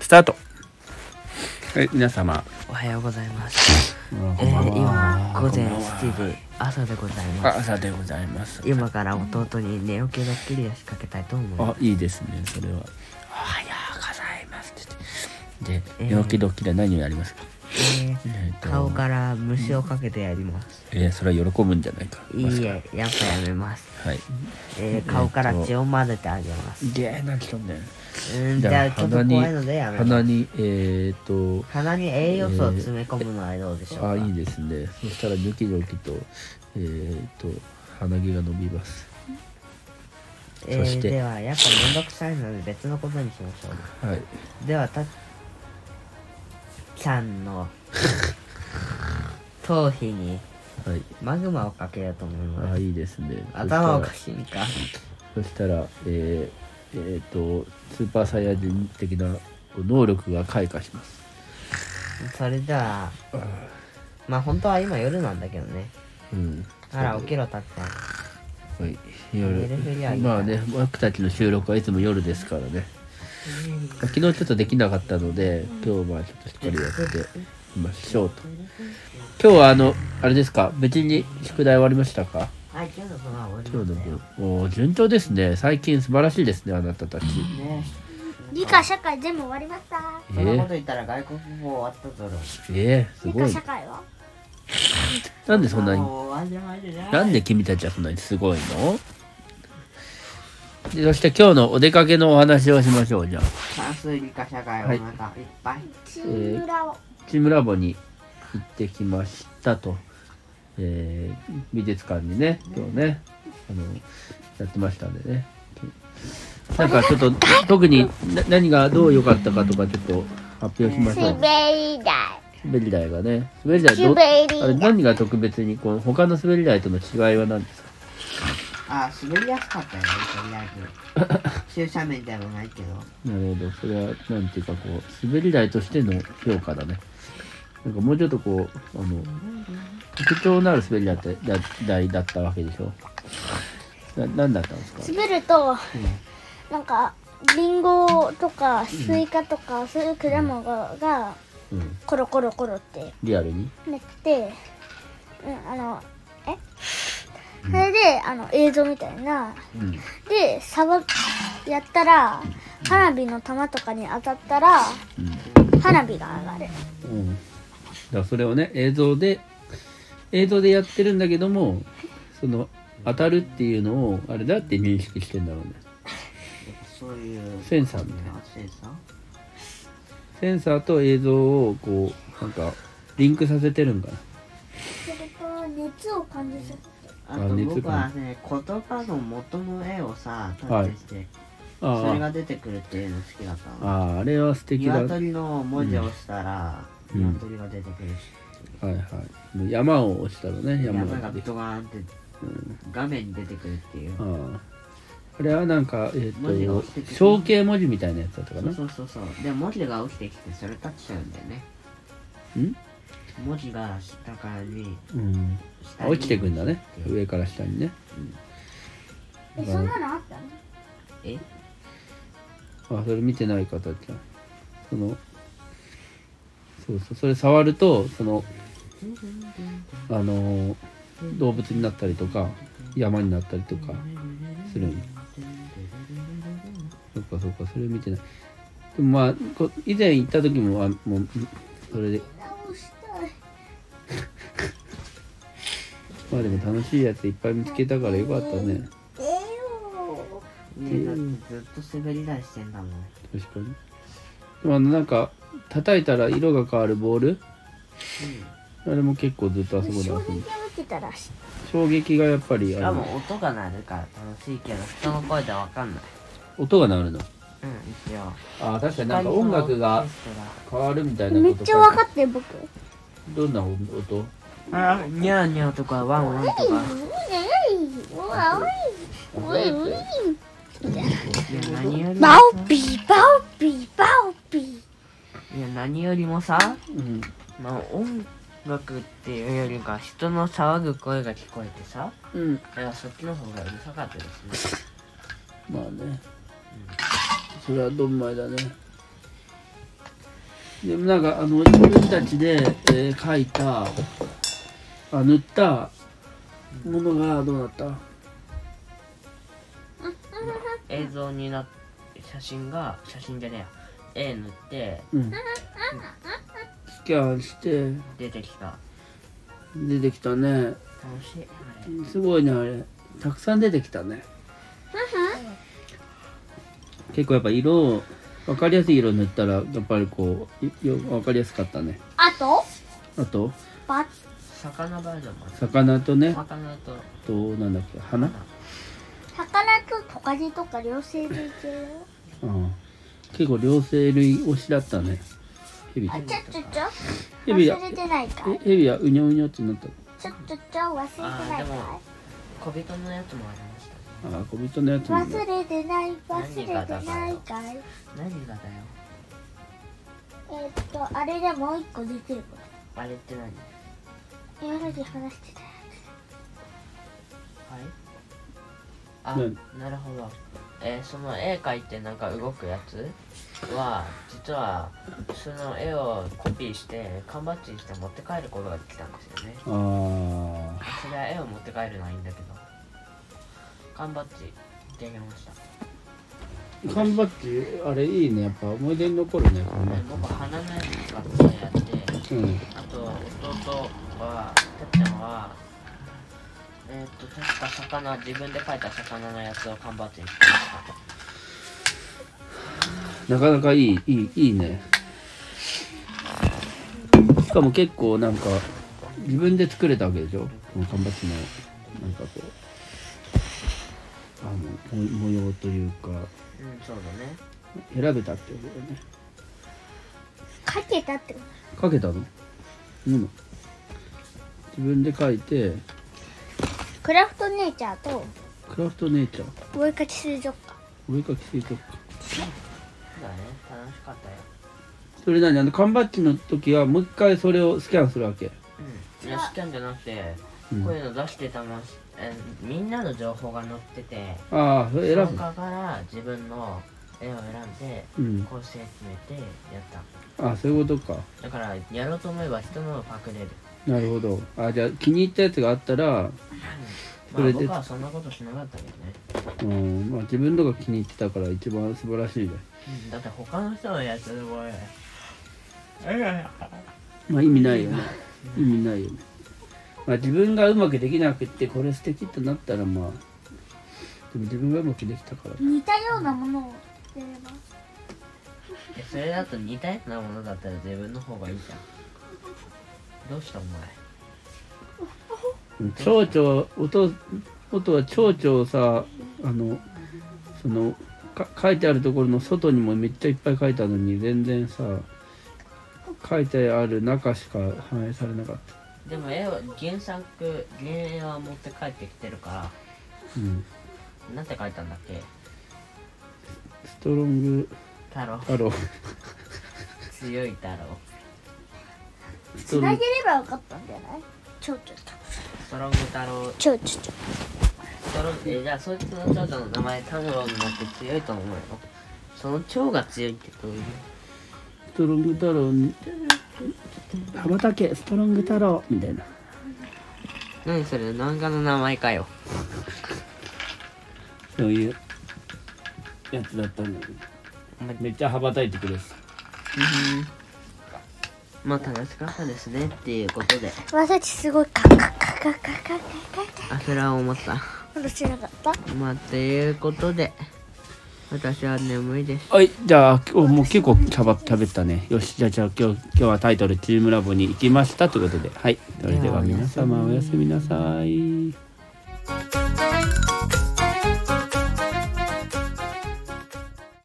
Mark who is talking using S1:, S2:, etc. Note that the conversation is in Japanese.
S1: スタートはい皆様
S2: おはようござい ます。えー、今午前7時朝でございます。
S1: 朝でございます
S2: 今から弟に寝起きドッキリを仕掛けたいと思いま
S1: あいいですねそれは「おはようございます」って言って
S2: え
S1: で
S2: ー
S1: 寝起きドッキリは何になりますか、
S2: す。えー
S1: えーと
S2: 顔から虫をかけてやります。
S1: えーそれは喜ぶんじゃないか
S2: いいえ、やっぱやめます。
S1: はい
S2: えー顔から血を混ぜてあげます。
S1: ゲーな人ね
S2: うん、じゃあちょっと
S1: 鼻に
S2: 怖いのでやめま
S1: 鼻
S2: す。
S1: にえっ、と
S2: 鼻に栄養素を詰め込むのはどうでしょうか。
S1: あいいですねそしたらニョキニョキとえっ、と鼻毛が伸びます
S2: えー
S1: そして
S2: ではやっぱめんどくさいので別のことにしましょう。
S1: はい
S2: ではたっちゃんの頭皮に
S1: はい
S2: マグマをかけようと思いま
S1: あ
S2: す。
S1: いいですね
S2: 頭おか
S1: い
S2: しいか。
S1: そしたらえー、えっ、とスーパーサイヤ人的な能力が開花します
S2: それではまあ本当は今夜なんだけどね。
S1: うん
S2: あら起きろたっちゃん。
S1: はい
S2: 寝るふりは
S1: 夜
S2: いい
S1: まあね僕たちの収録はいつも夜ですからね昨日ちょっとできなかったので今日まあちょっとしっかりやってみましょうと今日はあのあれですか無事に宿題終わりましたか
S2: はい今日の分は終わ
S1: 今日
S2: り
S1: の
S2: ましたよ。
S1: 分おー順調ですね最近素晴らしいですねあなたたち
S2: ね
S3: 理科社会全部終わりました
S2: え
S1: え
S2: そんなこと言ったら外国語終わったぞろ。
S1: えー、す
S3: 理
S1: ご
S3: 科
S1: い
S3: 社会は
S1: なんでそんなに
S2: もう終わりまでない
S1: なんで君たちはそんなにすごいのでそして今日のお出かけのお話をしましょうじゃあ
S2: 算数理科社会はお腹いっぱい。
S3: チームラを
S1: チームラボに行ってきましたと、えー美術館にね今日ねあのやってましたんでねなんかちょっと特にな何がどう良かったかとかちょっと発表しましょう
S3: 滑り台
S1: 滑り台がね滑り台ど
S3: 滑り台
S1: あれ何が特別にこの他の滑り台との違いは何ですか
S2: あ滑りやすかったよねとり あえず。急斜面でもないけど。
S1: なるほどそれはなんていうかこう滑り台としての評価だねなんかもうちょっとこうあの特徴のある滑り台だだ台だったわけでしょな何だったんですか
S3: 滑るとなんかリンゴとかスイカとかそういう果物が
S1: うん
S3: コロコロコロって
S1: リアルに
S3: なって、うん、あのえそれであの映像みたいな
S1: うん
S3: で触っやったら花火の玉とかに当たったら花火が上がる
S1: うん、うん、だからそれをね映像で映像でやってるんだけどもその当たるっていうのをあれだって認識してんだろうね
S2: そういう。
S1: センサーみたいな
S2: センサー
S1: センサーと映像をこうなんかリンクさせてるんかな
S3: それと熱を感じさせる
S2: あ
S1: あ
S2: と
S1: 熱
S2: 僕はね、言葉の元の絵をさ、タ
S1: はい
S2: ッチして、
S1: あ
S2: それ
S1: ー
S2: が出てくるっていうの好きだったの。
S1: あーあれは素敵だはい
S2: 鶏の文字を押したら、
S1: うん
S2: 鶏が出てくるし、
S1: はいもう山を押したらね山
S2: 山
S1: が
S2: が
S1: 出てくる
S2: ドガーンって画面に出てくるっていう。
S1: あああれはなんかえっ、
S2: 文字が落ちてく
S1: と
S2: る
S1: 象形文字みたいなやつだったか
S2: そ
S1: な
S2: うそうそうそう。で、文字が起きてきて、それ立っちゃうんだよね。
S1: うん
S2: 文字が下からに、
S1: うん
S2: 下
S1: あ
S2: に
S1: 落ちてくんだね上から下にね
S3: えそんなのあったの
S2: え
S1: あそれ見てない方じゃんそのそうそうそれ触るとそのあのー動物になったりとか山になったりとかするんそっかそっかそれ見てないでもまあこ以前行った時もあもうそれで
S3: 直した
S1: ま
S3: い
S1: あでも楽しいやついっぱい見つけたからよかったね
S3: えよ
S2: ねだってずっと滑り台してんだもん。
S1: 確かにでもあのなんか叩いたら色が変わるボールあれも結構ずっとあそこで遊ん
S3: 衝撃を受
S1: で
S3: けたらし
S1: 衝撃がやっぱり
S2: し
S1: あ
S2: か
S1: の
S2: も音が鳴るから楽しいけど、人の声じゃわかんない。
S1: 音が鳴るの
S2: うん、一応。
S1: あ確かになんか音楽が変わるみたい
S3: い
S1: な
S3: め
S1: こ
S3: っ
S1: と
S3: ちゃ分かってる僕
S1: どんな音
S2: あ、ニャーニャーとかワンワンとか。
S3: うわおいおいおい
S2: いや、何よりも
S3: バオピーバオピーバオピー
S2: いや、何よりもさ、
S1: うん
S2: まあ、音楽っていうよりか、人の騒ぐ声が聞こえてさ、
S1: うん
S2: いや、そっちの方がうるさかったですね。
S1: まあねそれはどんまいだねでもなんかあの自分たちで、えー、書いたあ塗ったものがどうなった
S2: 映像になっ写真が写真じゃねえや絵塗って
S1: うんスキャンして
S2: 出てきた
S1: 出てきたね
S2: 楽しいあれ
S1: すごいねあれたくさん出てきたね結構やっぱ色を分かりやすい色塗ったらやっぱりこうよ分かりやすかったね
S3: あと
S1: あと
S3: バッ
S2: 魚バージョンもある
S1: 魚とねあ
S2: 魚と
S1: となんだっけ花
S3: 魚とトカゲとか両生類系だよ
S1: うん結構両生類推しだったねヘビ
S3: あちょちょちょ
S1: ヘビや
S3: 忘れてないかい
S1: えヘビはうにょうにょってなった
S3: ちょちょちょ忘れてないか
S2: 小人のやつもありましたね
S1: あー小人のやつ
S3: い
S1: もね
S3: 忘れてない忘れてないか
S2: 何が
S3: い
S2: だよ
S3: えーっとあれでもう一個出てるこ
S2: あれって何
S3: とやるで話してたや
S2: はいあ
S1: 何
S2: なるほど、えーその絵描いてなんか動くやつは実はその絵をコピーして缶バッジにして持って帰ることができたんですよね
S1: あー
S2: それは絵を持って帰るのはいいんだけど缶バッジできました
S1: 缶バッジあれいいねやっぱ思い出に残るねこ
S2: で
S1: の
S2: 僕鼻のやつ使ってやって
S1: うん
S2: あと弟はてっちゃんはえーっと確か魚自分で描いた魚のやつを缶バッジにしてました
S1: なかなかいいいいいいねしかも結構なんか自分で作れたわけでしょこの缶バッジのなんかこうあの模模様というか
S2: うんそうだね
S1: 選べたってことだね
S3: つかけたってこ
S1: かけたのうん自分で書いて
S3: とクラフト姉ちゃんと
S1: クラフト姉ちゃん
S3: お絵かき水族館
S1: お絵かき水族館
S2: そうだね楽しかったよ
S1: それ何あの缶バッジの時はもう一回それをスキャンするわけ
S2: うん、いやスキャンじゃなくて、
S1: うん
S2: こういうの出してたもん、えーみんなの情報が載ってて、
S1: ああそれ選
S2: その
S1: ぶ
S2: 中から自分の絵を選んで、
S1: うん
S2: 構成決めてやった。
S1: ああそういうことか
S2: だから、やろうと思えば人のをパクれる。
S1: なるほどあじゃあ気に入ったやつがあったらそ
S2: まあ、
S1: れで
S2: 僕はそんなことしなかったけどね。
S1: うんまあ自分のが気に入ってたから一番素晴らしいね
S2: うんだって他の人のやつでもね、ええ
S1: まあ意味ないよね意味ないよねまあ自分がうまくできなくってこれ素敵ってなったらまあでも自分がうまくできたから
S3: 似たようなものをやれば
S2: いやそれだと似たようなものだったら自分の方がいいじゃん。どうしたお前。
S1: うん蝶々音音は蝶々をさあのそのか書いてあるところの外にもめっちゃいっぱい書いてあるのに全然さ書いてある中しか反映されなかった、
S2: でも絵を原作原絵は持って帰ってきてるから
S1: うん、
S2: なんて書いたんだっけ
S1: ストロング
S2: 太郎
S1: アロー
S2: 強い太郎
S1: ス
S3: つ
S1: トロ
S3: な
S1: ン
S3: げればよかったんじゃないちょちょちょ
S2: ストロング太郎
S3: ちょちょちょ
S2: ストロングえじゃあそいつの長女の名前太郎になって強いと思うよその蝶が強いってどういう
S1: ストロング太郎に羽ばたけストロング太郎みたいな
S2: 何それ漫画の名前かよ
S1: そういうやつだったんだけどめっちゃ羽ばたいてくれる
S2: まあ楽しかったですねっていうことで
S3: わさちすごいカカカカカカカカ
S2: あそれは思った
S3: カろしなかった
S2: まあということで私は眠いです
S1: はい、じゃあ、今日もう結構しゃば、しゃべったね。よし、じゃあ、じゃあ、今日、今日はタイトルチームラボに行きましたということで、はい、それでは皆様、おやすみなさい。